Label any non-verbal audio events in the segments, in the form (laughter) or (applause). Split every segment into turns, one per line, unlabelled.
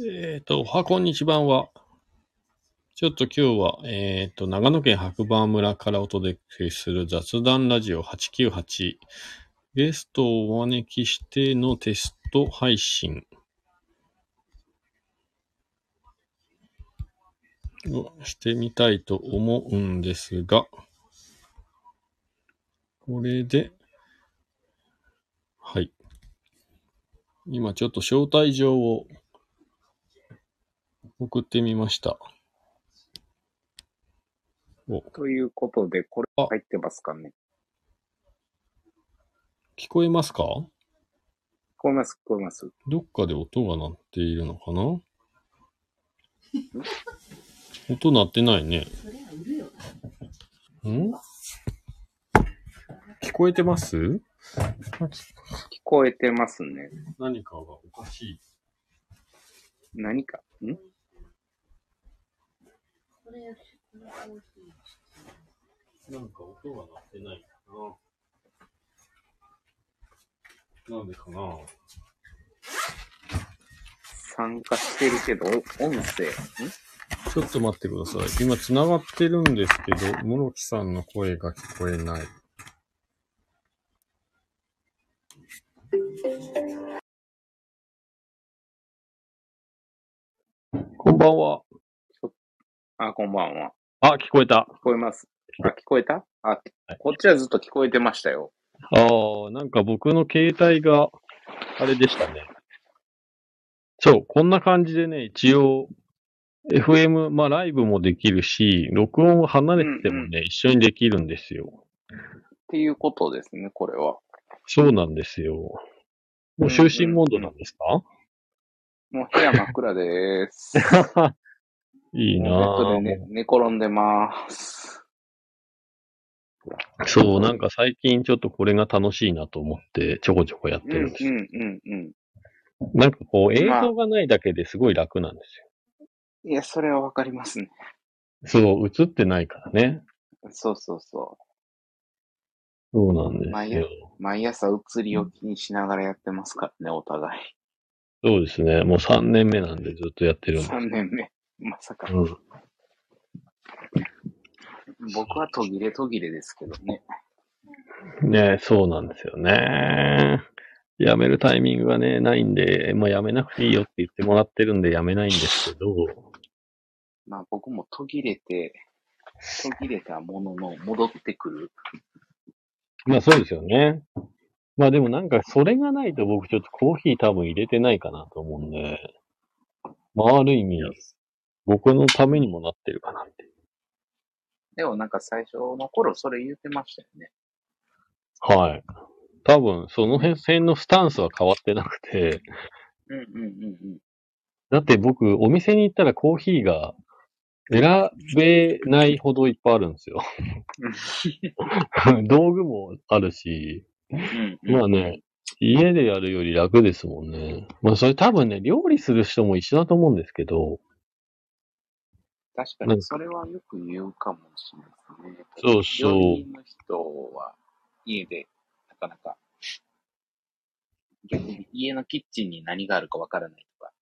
えっ、と、おはこんにちばんは。ちょっと今日は、えっ、と、長野県白馬村からお届けする雑談ラジオ898。ゲストをお招きしてのテスト配信をしてみたいと思うんですが、これで、はい。今ちょっと招待状を送ってみました。お、
ということで、これ
あ
入ってますかね
聞こえますか
聞こえます、聞こえます。
どっかで音が鳴っているのかな音鳴ってないね。ん聞こえてます
聞こえてますね。
何かがおかしい。
何か、ん
なんか音が鳴ってないかな。なんでかな
参加してるけど、お音声、ん
ちょっと待ってください。今繋がってるんですけど、もろきさんの声が聞こえない。こんばんは。
あ、こんばんは。
あ、聞こえた。
聞こえます。あ、聞こえたあ、こっちはずっと聞こえてましたよ。
ああ、なんか僕の携帯が、あれでしたね。そう、こんな感じでね、一応、FM、まあライブもできるし、録音を離れててもね、一緒にできるんですよ。
っていうことですね、これは。
そうなんですよ。もう就寝モードなんですか、
もう部屋真っ暗でーす。
(laughs) いい
ベ
な
ッド
ぁ、
で、ね、寝転んでまーす。
そう、なんか最近ちょっとこれが楽しいなと思って、ちょこちょこやって
うん、う
るん
ん
ですよ。、
うん、う
なんかこう、映像がないだけですごい楽なんですよ。
ん。いや、それはわかりますね。
そう、映ってないからね。
そうそうそ
そうなんで
まあい
す
や
よ。
う。毎朝映りを気にしながらやってますからね、お互い。
そうですね。もう3年目なんでずっとやってるんです。
3年目。まさか。
うん、
僕は途切れ途切れですけどね。
ねそうなんですよね。辞めるタイミングがね、ないんで、まあ辞めなくていいよって言ってもらってるんで辞めないんですけど、
まあ僕も途切れて、途切れたものの戻ってくる。
まあそうですよね。まあでもなんかそれがないと僕ちょっとコーヒー多分入れてないかなと思うんで、まあある意味、僕のためにもなってるかなって。
でもなんか最初の頃それ言ってましたよね。
はい。多分その辺のスタンスは変わってなくて、
うんうんうんうん。
だって僕お店に行ったらコーヒーが選べないほどいっぱいあるんですよ。 (laughs) 道具もあるし、
うんうん
まあね、家でやるより楽ですもんね。まあそれ多分ね、料理する人も一緒だと思うんですけど、
確かにそれはよく言うかもしれないですね。
そうそう
料理人の人は家でなかなか、逆に家のキッチンに何があるかわからないとか。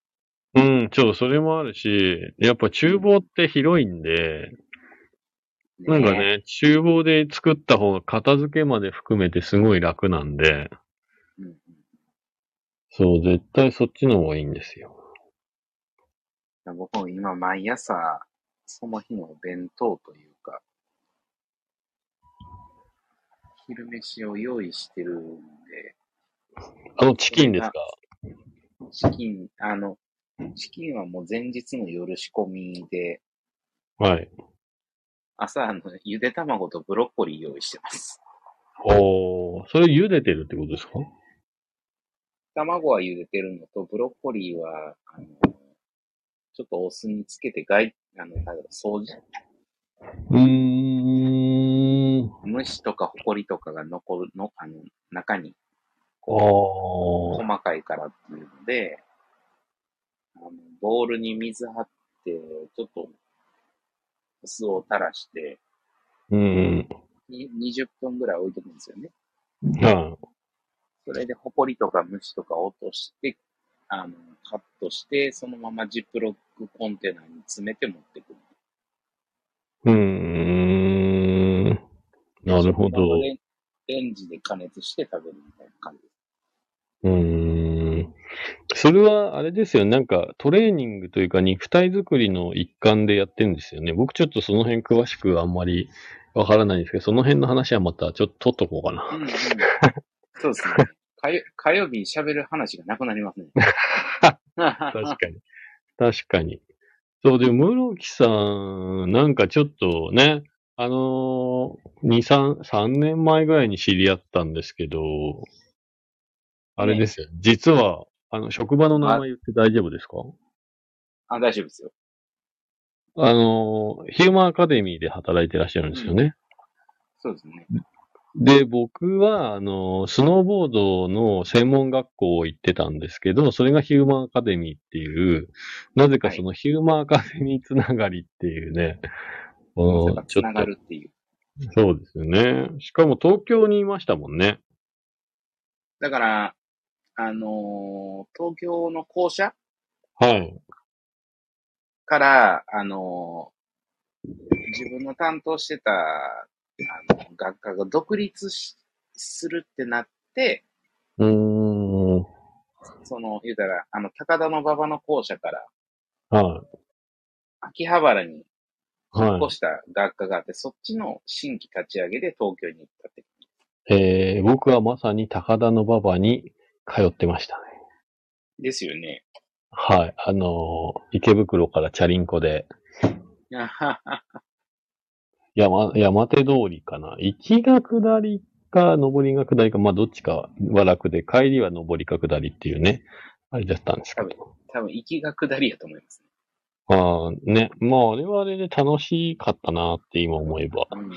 うん、そう、それもあるし、やっぱ厨房って広いんで、なんか。ね、厨房で作った方が片付けまで含めてすごい楽なんで、
うんうん
そう、絶対そっちの方がいいんですよ。
僕も今毎朝、その日のお弁当というか、昼飯を用意してるんで、
あの、チキンですか
チキン、あの、チキンはもう前日の夜仕込みで、
はい。
朝、あの、ゆで卵とブロッコリー用意してます。
おー、それ茹でてるってことですか
卵は茹でてるのと、ブロッコリーは、あの、ちょっとお酢につけて、外、あの、なんだろう掃除、
うーん、
虫とかホコリとかが残るの、あの、中に
あー、
細かいからっていうので、あのボウルに水張って、ちょっと、お酢を垂らして、
うん、
に20分ぐらい置いとくんですよね。
はい。
それで、ホコリとか虫とか落として、あの、カットして、そのままジップロックコンテナに詰めて持ってくる。
うーん。なるほど。
レンレンジで加熱して食べるみたいな感じ。
うーん。それは、あれですよね。なんか、トレーニングというか、肉体作りの一環でやってるんですよね。僕ちょっとその辺詳しくあんまりわからないんですけど、その辺の話はまたちょっと取っとこうかな。
うんうん、 (laughs) そうですね。火曜火曜日に喋る話がなくな
(laughs)
りますね。
確かに。確かに。そう、でも、室木さん、なんかちょっとね、あのー、2、3、3年前ぐらいに知り合ったんですけど、あれですよ。実は、あの、職場の名前言って大丈夫ですか
あ、大丈夫ですよ。
あのー、ヒューマンアカデミーで働いてらっしゃるんですよね。
そうですね。
で、僕は、あのー、スノーボードの専門学校を行ってたんですけど、それがヒューマンアカデミーっていう、なぜかそのヒューマンアカデミーつながりっていうね、こ
な
の
んか
ちょっ
つな
と
がるっていう。
そうですよね。しかも東京にいましたもんね。
だから、あのー東京の校舎
はい。
から、あのー自分の担当してた、あの、学科が独立しするってなって、
うーん。はい。
その、言うたら、あの、高田の馬場の校舎から、秋葉原に引っ
は
越した学科があって、そっちの新規立ち上げで東京に行ったって。
い。えー、僕はまさに高田の馬場に通ってましたね。
ですよね。
はい。あのー池袋からチャリンコで、
あはは
山、山手通りかな。行きが下りか、上りが下りか、まあどっちかは楽で、帰りは上りか下りっていうね、あれだったんですけど。
多分、行きが下りやと思います、
ああ、ね。まああれはあれで楽しかったなって今思えば。
うん。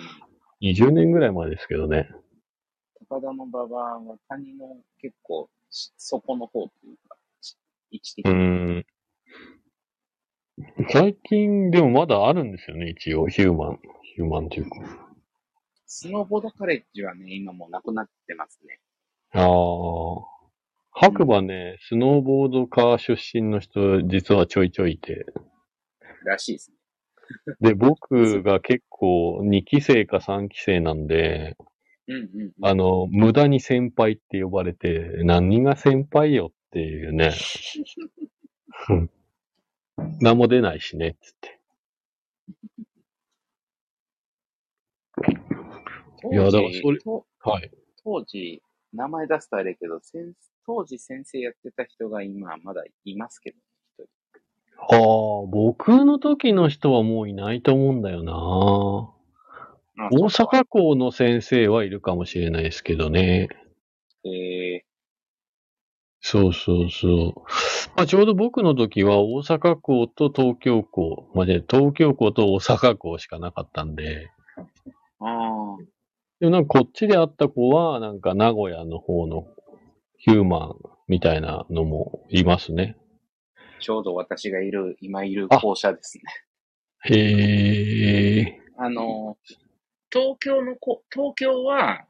20年ぐらい前ですけどね。
高田の馬場は谷の結構し底の方というか、し位置的
うー
に。
ん。最近、でもまだあるんですよね、一応。ヒューマン。ヒューマンというか。
スノーボードカレッジはね、今もうなくなってますね。
ああ。白馬ね、スノーボード科出身の人、実はちょいちょいいて。
らしいですね。
で、僕が結構2期生か3期生なんで、
うんうん、うん。
あの、無駄に先輩って呼ばれて、何が先輩よっていうね。うん何も出ないしね、つって。
当
いやだから
時
それ
と
はい。
当時、名前出すとあれやけど、先当時先生やってた人が今まだいますけど、
ああ、僕の時の人はもういないと思うんだよな。
あ
大
そうか
阪校の先生はいるかもしれないですけどね。
え
そうそうそう。まあ、ちょうど僕の時は大阪校と東京校、まあ、じゃあ東京校と大阪校しかなかったんで、
ー、ああ、
でもなんかこっちで会った子は、なんか名古屋の方のヒューマンみたいなのもいますね。
ちょうど私がいる、今いる
あ
校舎ですね。
へえ。
あの、東京のこ、東京は、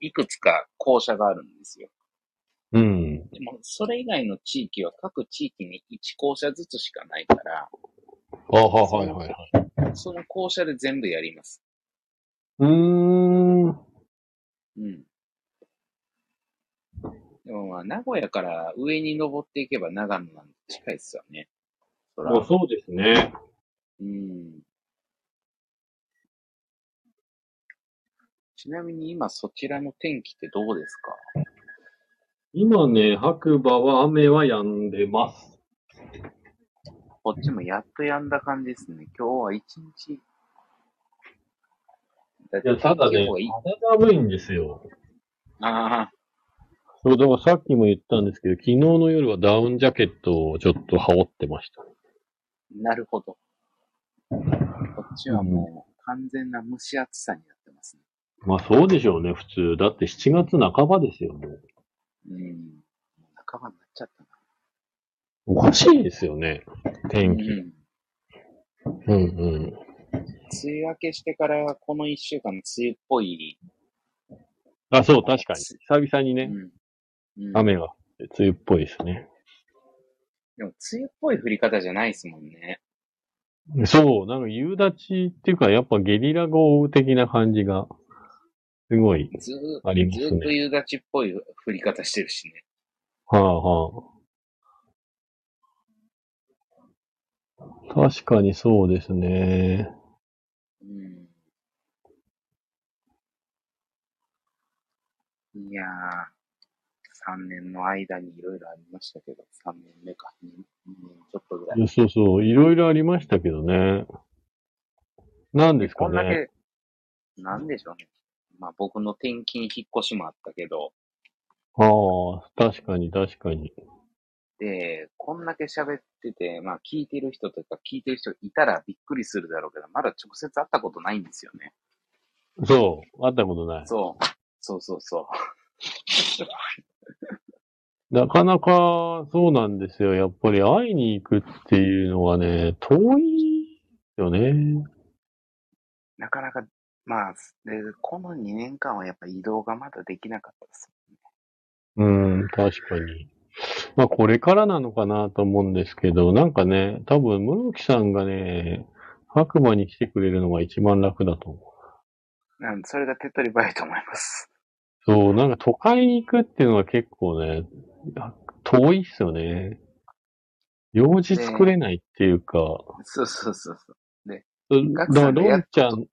いくつか校舎があるんですよ。
うん。
でも、それ以外の地域は各地域に1校舎ずつしかないから、
あははいはいはい。
その校舎で全部やります。
うーん。
うん。でもまあ、名古屋から上に登っていけば長野なんて近いですよね。そら。
そうですね。
うん。ちなみに今そちらの天気ってどうですか
今ね、白馬は雨は止んでます。
こっちもやっとやんだ感じですね。今日は一日。だっ
いや、ただね、
方がいい
肌寒いんですよ。
ああ、
そう、だからさっきも言ったんですけど、昨日の夜はダウンジャケットをちょっと羽織ってました。
なるほど。こっちはもう完全な蒸し暑さになってますね。
まあそうでしょうね、普通。だって7月半ばですよ、もう。
うん。半ばになっちゃったな。
おかしいですよね、天気。
うん。
うんうん。
梅雨明けしてからこの一週間、梅雨っぽい。
あ、そう、確かに。久々にね、
うん。うん、
雨が降っ梅雨っぽいですね。
でも、梅雨っぽい降り方じゃないですもんね。
そう、なんか夕立ちっていうか、やっぱゲリラ豪雨的な感じが、すごい。
ずー
ありますね
ずーっと夕立ちっぽい降り方してるしね。
はあはあ。確かにそうですね。
うん。いやー、3年の間にいろいろありましたけど、3年目か、2年ちょっとぐらい
い。やそうそう、いろいろありましたけどね。何ですか
こんだ
ね。
け、なんでしょうね。まあ僕の転勤引っ越しもあったけど、
ああ、確かに確かに。
で、こんだけ喋ってて、まあ聞いてる人というか聞いてる人いたらびっくりするだろうけど、まだ直接会ったことないんですよね。
そう、会ったことない。
そう。そうそうそう。
なかなかそうなんですよ。やっぱり会いに行くっていうのはね、遠いよね。
なかなか、まあ、で、この2年間はやっぱ移動がまだできなかったです。
うん、確かに。まあこれからなのかなと思うんですけど、なんかね、多分室木さんがね、白馬に来てくれるのが一番楽だと思う。
うん、それが手っ取り早いと思います。
そう、なんか都会に行くっていうのは結構ね、遠いっすよね。用事作れないっていうか、
(laughs) そうそうそうそう。
だから
学生で
ロ
やっ
ンちゃん、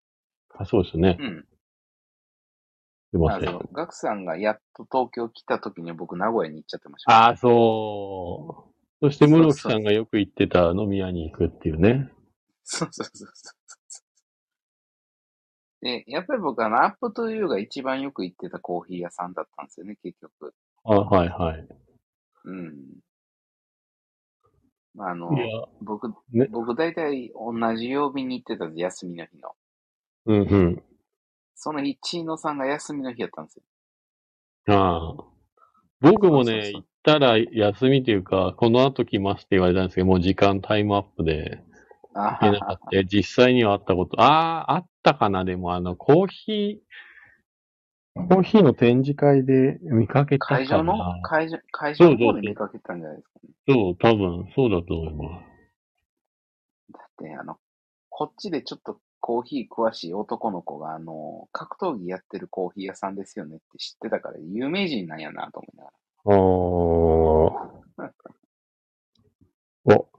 あそうですね。
うん。
すいま
あ
せん。
の、ガクさんがやっと東京来た時に僕名古屋に行っちゃってました。
ああ、そう。そして、
そうそう
室木さんがよく行ってた飲み屋に行くっていうね。
(laughs) そうそうそうそうそう。で、やっぱり僕はあの、アップトゥーユーが一番よく行ってたコーヒー屋さんだったんですよね、結局。
あはいはい。
うん。まあ、あの
い、や、
僕、
ね
僕大体同じ曜日に行ってたんです、休みの日の。
うんうん。
その日、チーノさんが休みの日やったんですよ。
ああ。僕も
そうそう
ね、
そう
行ったら休みというか、この後来ますって言われたんですけど、もう時間タイムアップで
あ
行けなかった。実際にはあったこと、ああ、あったかな、でもあの、コーヒー、コーヒーの展示会で見かけたかな。
会場の、会場、会場の
そう
方
そう
で見かけたんじゃないですかね。
そう、多分、そうだと思います。
だって、あの、こっちでちょっとコーヒー詳しい男の子が、あの、格闘技やってるコーヒー屋さんですよねって知ってたから、有名人なんやなと思いながら。
ああ。お。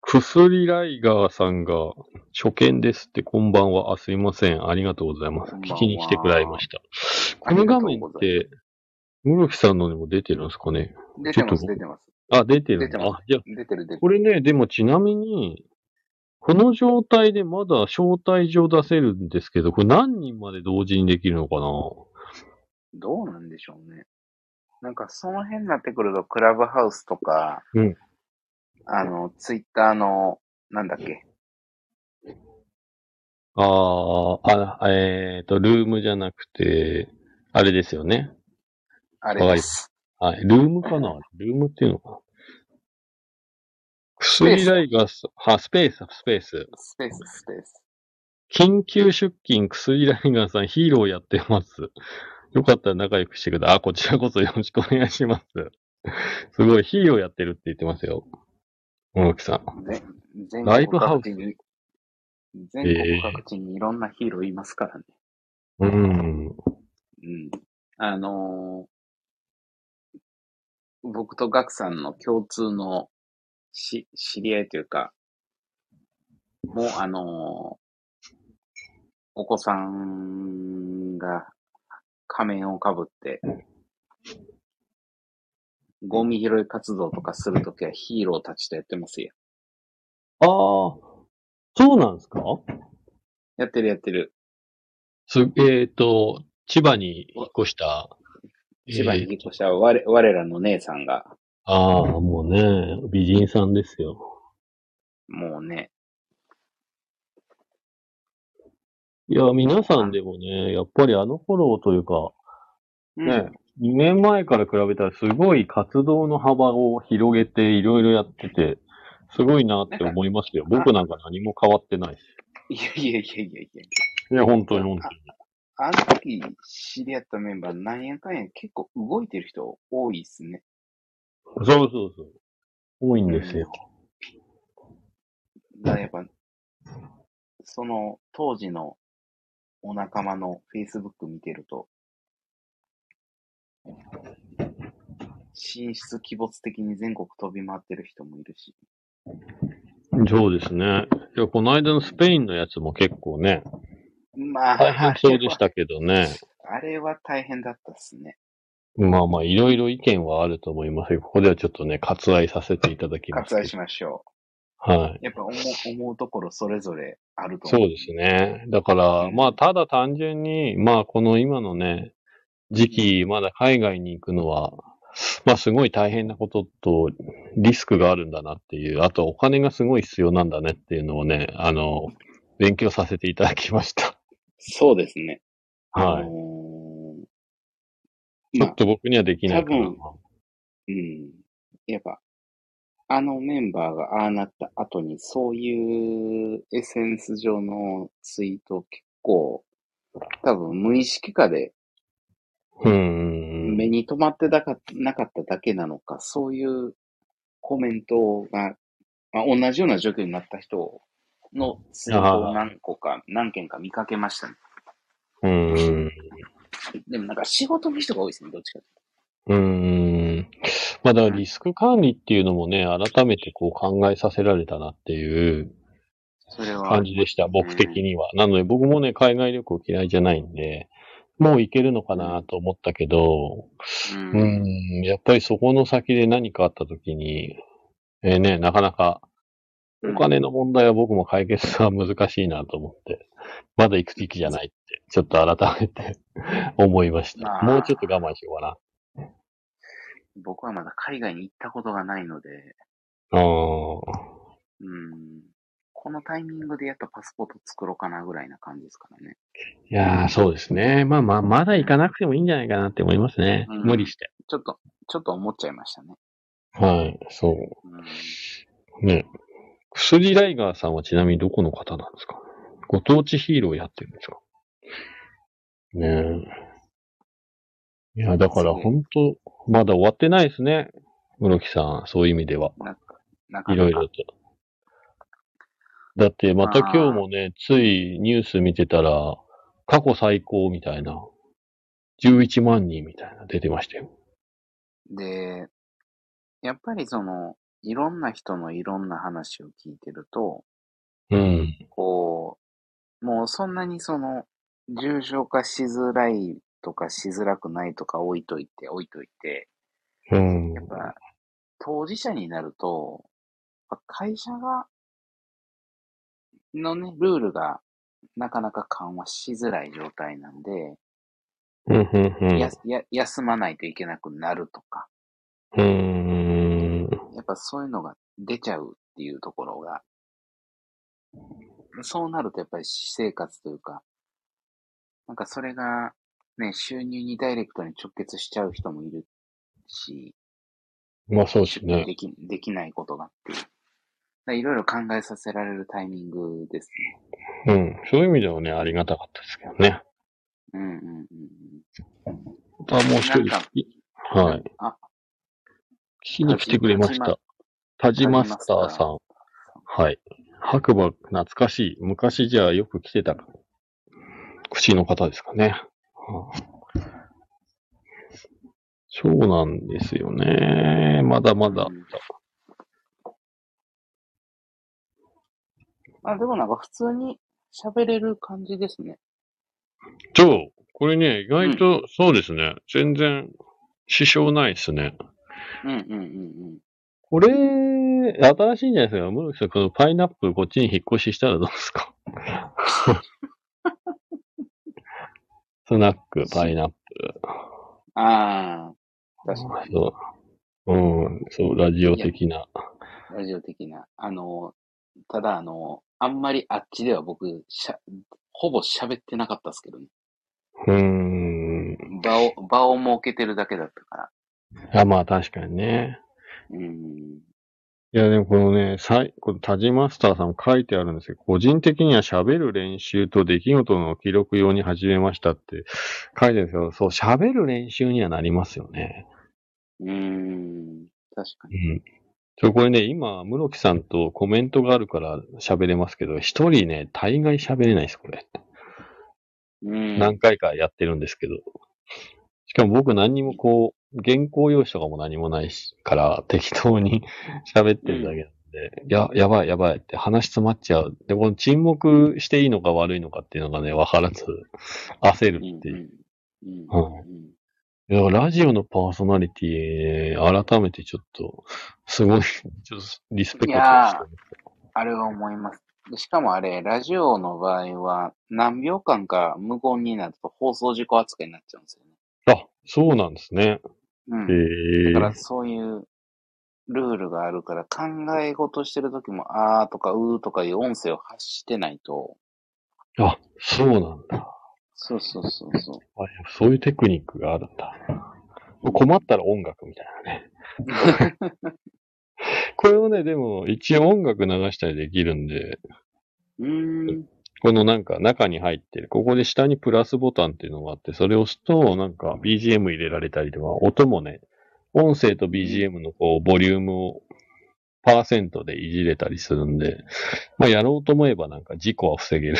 薬ライガーさんが、初見ですって、こんばんは。あ、すいません。ありがとうございます。
こんばんは
聞きに来てくれました。
あ
こ
り
の
が
画
とう
面
ご
っ
ざい
て、室木さんのでも出てるんですかね
ます出
ちょ
て
っと
ます、出てます。
あ、出てるん
出
だ。
てま
あ、じゃあ
出てる、出て
こ
る。
れね、でもちなみに、この状態でまだ招待状出せるんですけど、これ何人まで同時にできるのかな
どうなんでしょうね。なんか、その辺になってくると、クラブハウスとか、
うん
あの、ツイッターの、なんだっけ、
ああ、あ、えっ、と、ルームじゃなくて、あれですよね。
あ
わか
れ
り
で。
ますはい。ルームかなルームっていうのかな薬ライガーさん、あ、スペース、スペース。
スペース、スペース。
緊急出勤、薬ライガーさん、ヒーローやってます。よかったら仲良くしてください。あ、こちらこそよろしくお願いします。すごい、ヒーローやってるって言ってますよ。小木さん。
ぜ全
ライブ
国
ハウ
各
ス
地に、全国各地にいろんなヒーローいますからね。
うん。
うん。あのー僕とガクさんの共通のし知り合いというか、もうあのーお子さんが仮面をかぶって、ゴミ拾い活動とかするときはヒーローたちとやってますよ。
ああ、そうなんですか
やってるやってる。
す、えっ、と、千葉に引っ越した。
千葉に
えー
引っ越した我我らの姉さんが、
ああ、もうね、美人さんですよ。
もうね、
いや、皆さんでもね、やっぱりあの頃というか、
うん
ね、2年前から比べたらすごい活動の幅を広げていろいろやってて、すごいなって思いますよ。僕なんか何も変わってないし。
いやいやいやいやいや、
いや、本当に本当に。
あの時知り合ったメンバー、なんやかんや結構動いてる人多いっすね。
そうそうそう。多いんですよ。
だからやっぱ、その当時のお仲間の Facebook 見てると、進出鬼没的に全国飛び回ってる人もいるし。
そうですね。いや、この間のスペインのやつも結構ね、
まあ、
大変そうでしたけどね。
(laughs) あれは大変だったっすね。
まあまあ、いろいろ意見はあると思いますけど、ここではちょっとね、割愛させていただきます。
割愛しましょ
はい。
う。やっぱ思う思うところそれぞれあると思。
そううですね。だから、まあ、ただ単純に、まあ、この今のね、時期、まだ海外に行くのは、まあ、すごい大変なことと、リスクがあるんだなっていう、あと、お金がすごい必要なんだねっていうのをね、あの、勉強させていただきました。
そうですね。あ
は
の
い。
ー
ちょっと僕にはできないかな。
多分うん。やっぱ、あのメンバーがああなった後に、そういう SNS 上のツイート結構、多分無意識化で
うん。
目に留まってなかったなかっただけなのか、そういうコメントが、まあ、同じような状況になった人のツイートを何個か、何件か見かけましたね。
うん。
でもなんか仕事の人が多いですね、どっちかっていう
うーん。まあだからリスク管理っていうのもね、改めてこう考えさせられたなっていう
と。それは
感、じでした、僕的には。なので僕もね、海外旅行嫌いじゃないんで、もう行けるのかなと思ったけど、う
う
ーん、やっぱりそこの先で何かあった時に、えーね、なかなかお金の問題は僕も解決は難しいなと思って、まだ行く時期じゃないって、ちょっと改めて (laughs) 思いまし
ま
た。
あ
もうちょっと我慢しようかな。
僕はまだ海外に行ったことがないので、
うーん。
うんこのタイミングでやっぱパスポート作ろうかなぐらいな感じですからね。
いやー、そうですね。まあまあ、まだ行かなくてもいいんじゃないかなって思いますね。
うん
無理して。
ちょっと、ちょっと思っちゃいましたね。
はい、そ
うん
う。ね。薬ライガーさんはちなみにどこの方なんですかご当地ヒーローやってるんですかねえ。いや、だから本当、まだ終わってないですね。室木さん、そういう意味では。
なんか、なんか
いろいろと。だって、また今日もね、ついニュース見てたら、過去最高みたいな、11万人みたいな出てましたよ。
で、やっぱりその、いろんな人のいろんな話を聞いてると、
うん。
こう、もうそんなにその、重症化しづらいとかしづらくないとか置いといて、置いといて、
うん
やっぱ、当事者になると、やっぱ会社が、のね、ルールがなかなか緩和しづらい状態なんで、
うんうんうん
やや休まないといけなくなるとか、
うん。
やっぱそういうのが出ちゃうっていうところが、そうなるとやっぱり私生活というか、なんかそれがね、収入にダイレクトに直結しちゃう人もいるし、
まあそうですね。
でき、できないことがっていう。だからいろいろ考えさせられるタイミングですね。
うん。そういう意味ではね、ありがたかったですけどね。
うんうんうん
あ、もう一
なん
人
か。
はい。
あ
聞きに来てくれました。田
島
島スターさん。はい。白馬、懐かしい。昔じゃあよく来てた口の方ですかね。うんそうなんですよね。まだまだ。
うんうん。あ、でもなんか普通に喋れる感じですね。
そう。これね、意外と、そうですね。全然、支障ないですね。
うんうんうん
これ、新しいんじゃないですか。室木さん、このパイナップルこっちに引っ越ししたらどうですか (laughs) スナック、パイナップ
うん。ああ、確か
ル。そう。うん、そう、ラジオ的な。
に、ラジオ的な。あの、ただあの、あんまりあっちでは僕、しゃ、ほぼ喋ってなかったですけどね。
うーん。
場を、場を設けてるだけだったから。
あまあ、確かにね。
うん。
いや、でもこのね、さい、このタジマスターさんも書いてあるんですけど、個人的には喋る練習と出来事の記録用に始めましたって書いてるんですけど、そう、喋る練習にはなりますよね。
うーん。確か
う
に。
ん。ちょ、これね、今、室木さんとコメントがあるから喋れますけど、一人ね、大概喋れないです、これ。
うん。
何回かやってるんですけど。しかも僕何にもこう、原稿用紙とかも何もないし、から適当に (laughs) 喋ってるだけなんで、や、やばいやばいって話詰まっちゃう。で、この沈黙していいのか悪いのかっていうのがね、わからず、焦るっていう。
うん。
は
うん。うん
いや、ラジオのパーソナリティ、改めてちょっと、すごい、ちょっとリスペクト
いや
して
あれは思います。でしかもあれ、ラジオの場合は、何秒間か無言になると放送事故扱いになっちゃうんですよね。
あ、そうなんですね。
うん。
へえ
だからそういうルールがあるから、考え事してる時も、あーとかうーとかいう音声を発してないと、
あ、そうなんだ。
そうそうそうそう。
あそういうテクニックがあるんだ。困ったら音楽みたいなね。これをね、でも一応音楽流したりできるんで、
(laughs) うーん。
このなんか中に入ってる、ここで下にプラスボタンっていうのがあって、それを押すとなんか BGM 入れられたりとか、音もね、音声と BGM のこうボリュームをパーセントでいじれたりするんで、まあやろうと思えばなんか事故は防げる。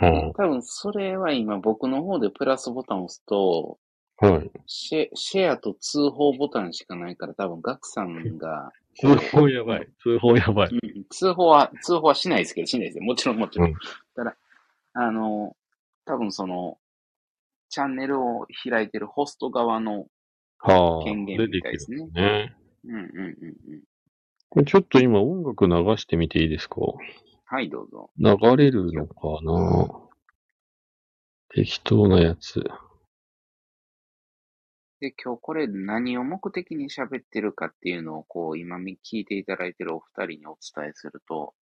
は
多分それは今僕の方でプラスボタンを押すと、
い。はい。
シェシェアと通報ボタンしかないから、多分ガクさんが、
通報やばい。通報やばい。
うん通報は、通報はしないですけど、しないですよ。もちろん、もちろ
うん
ん。ただ、あの、多分その、チャンネルを開いてるホスト側の、
はあ。
権限みたいですね
出てきてるんですね。
うんうんうんうん。
これちょっと今音楽流してみていいですか
はい、どうぞ。
流れるのかな適当なやつ。
で、今日これ何を目的に喋ってるかっていうのを、こう、今み聞いていただいてるお二人にお伝えすると、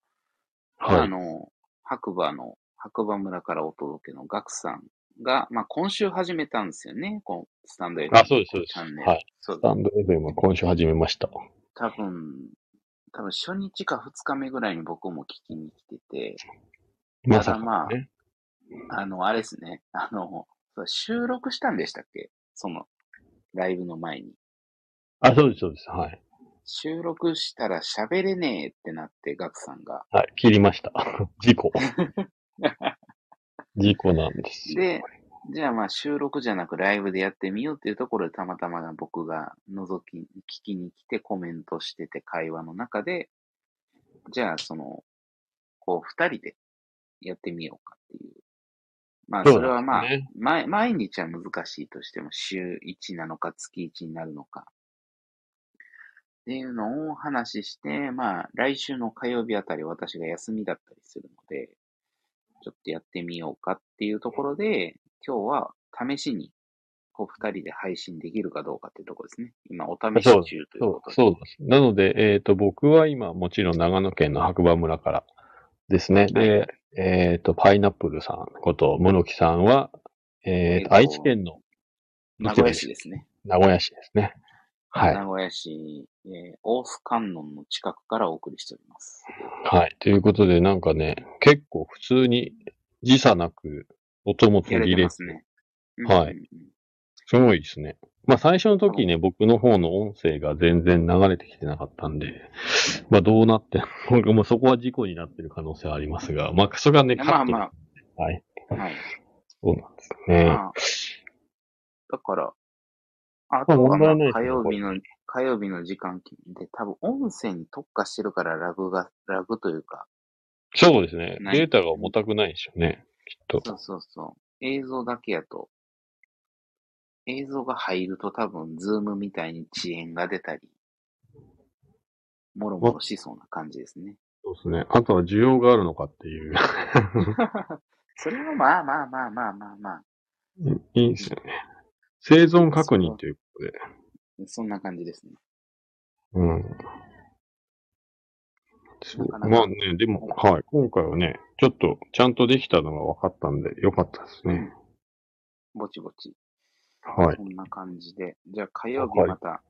は
あ
い。
の、白馬の、白馬村からお届けのガクさんが、まあ、今週始めたんですよね、このスタンド F
あ、そうです、そうです。
チャンネル。
はい。
そう
スタンド FM は今週始めました。
多分、多分初日か2日目ぐらいに僕も聞きに来てて、
まさ
ただ
か。
まあ、
ね
あの、あれですね、あの、そう収録したんでしたっけその、ライブの前に。
あ、そうです、そうです。はい。
収録したら喋れねえってなって、ガクさんが。
はい。切りました。 (laughs) 事
(laughs)
故。事故なんですよ。
で、じゃあまあ収録じゃなくライブでやってみようっていうところでたまたま僕が覗き、聞きに来てコメントしてて会話の中で、じゃあその、こう二人でやってみようかっていう。まあそれはまあ、
そうですね
毎毎日は難しいとしても週1なのか月1になるのか。っていうのを話しして、まあ来週の火曜日あたり私が休みだったりするので、ちょっとやってみようかっていうところで、今日は試しに、こう二人で配信できるかどうかっていうところですね。今、お試し中という
そう、
ことで。
そうです。なので、えっ、と、僕は今、もちろん長野県の白馬村からですね。で、えっ、と、パイナップルさんこと、室木さんは、えっ、
えー
と、
と
愛知県の
名古屋市ですね。
名古屋市ですね。はい。
名古屋市、えー、大須観音の近くからお送りしております。
はい。ということで、なんかね、結構普通に時差なく音も
や
途
れ
切
て
れ
ま
て、
すね。
はい
うんうんうん。
すごいですね。まあ最初の時ね、僕の方の音声が全然流れてきてなかったんで、まあどうなって、 (laughs) 僕もそこは事故になってる可能性はありますが、まあそれがね、カ
まあ
ット、
ま
はい。
あ、はい。
そうなんですね。
まあ、だから、あ
まあ
とは
問
まあ
題ないですね
火曜日の、火曜日の時間で多分音声に特化してるからラグが、ラグというか、
そうですね
な。い
データが重たくないでしょうね。きっと。
そうそうそう。映像だけやと、映像が入ると多分、ズームみたいに遅延が出たり、もろもろしそうな感じですね。
そうですね。あとは需要があるのかっていう。 (laughs)
それはまあまあまあまあまあまあ、
いいですよね。生存確認ということで。
そんな感じですね。
うん。そう
なかなか
まあね、でも、はい。今回はね、ちょっと、ちゃんとできたのが分かったんで、よかったですね。
ぼちぼち。
はい。
そんな感じで。じゃあ火曜日
はい
また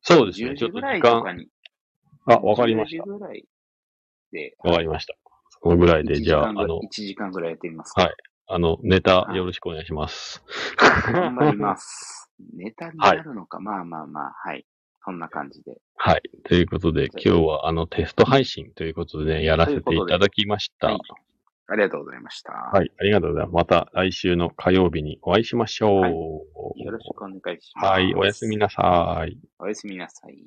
そうです
10
ね。ち
時
ょっと
ぐ
時
らいと
間、
かに
あ、わかりました
10。時ぐらいで、
わかりました。そのぐらいで、じゃあ、あの
1、時間ぐらいやってみますか。
はいあの、ネタよろしくお願いします。 (laughs)
頑張ります。ネタになるのか、まあまあまあ、はい。そんな感じで。
はい。ということで、今日はあのテスト配信ということでね、やらせていただきました。
は
はいい、。
ありがとうございました。
ありがとうございます。また来週の火曜日にお会いしましょう。
はいよろしくお願いします。
はい。おやすみなさい。
おやすみなさい。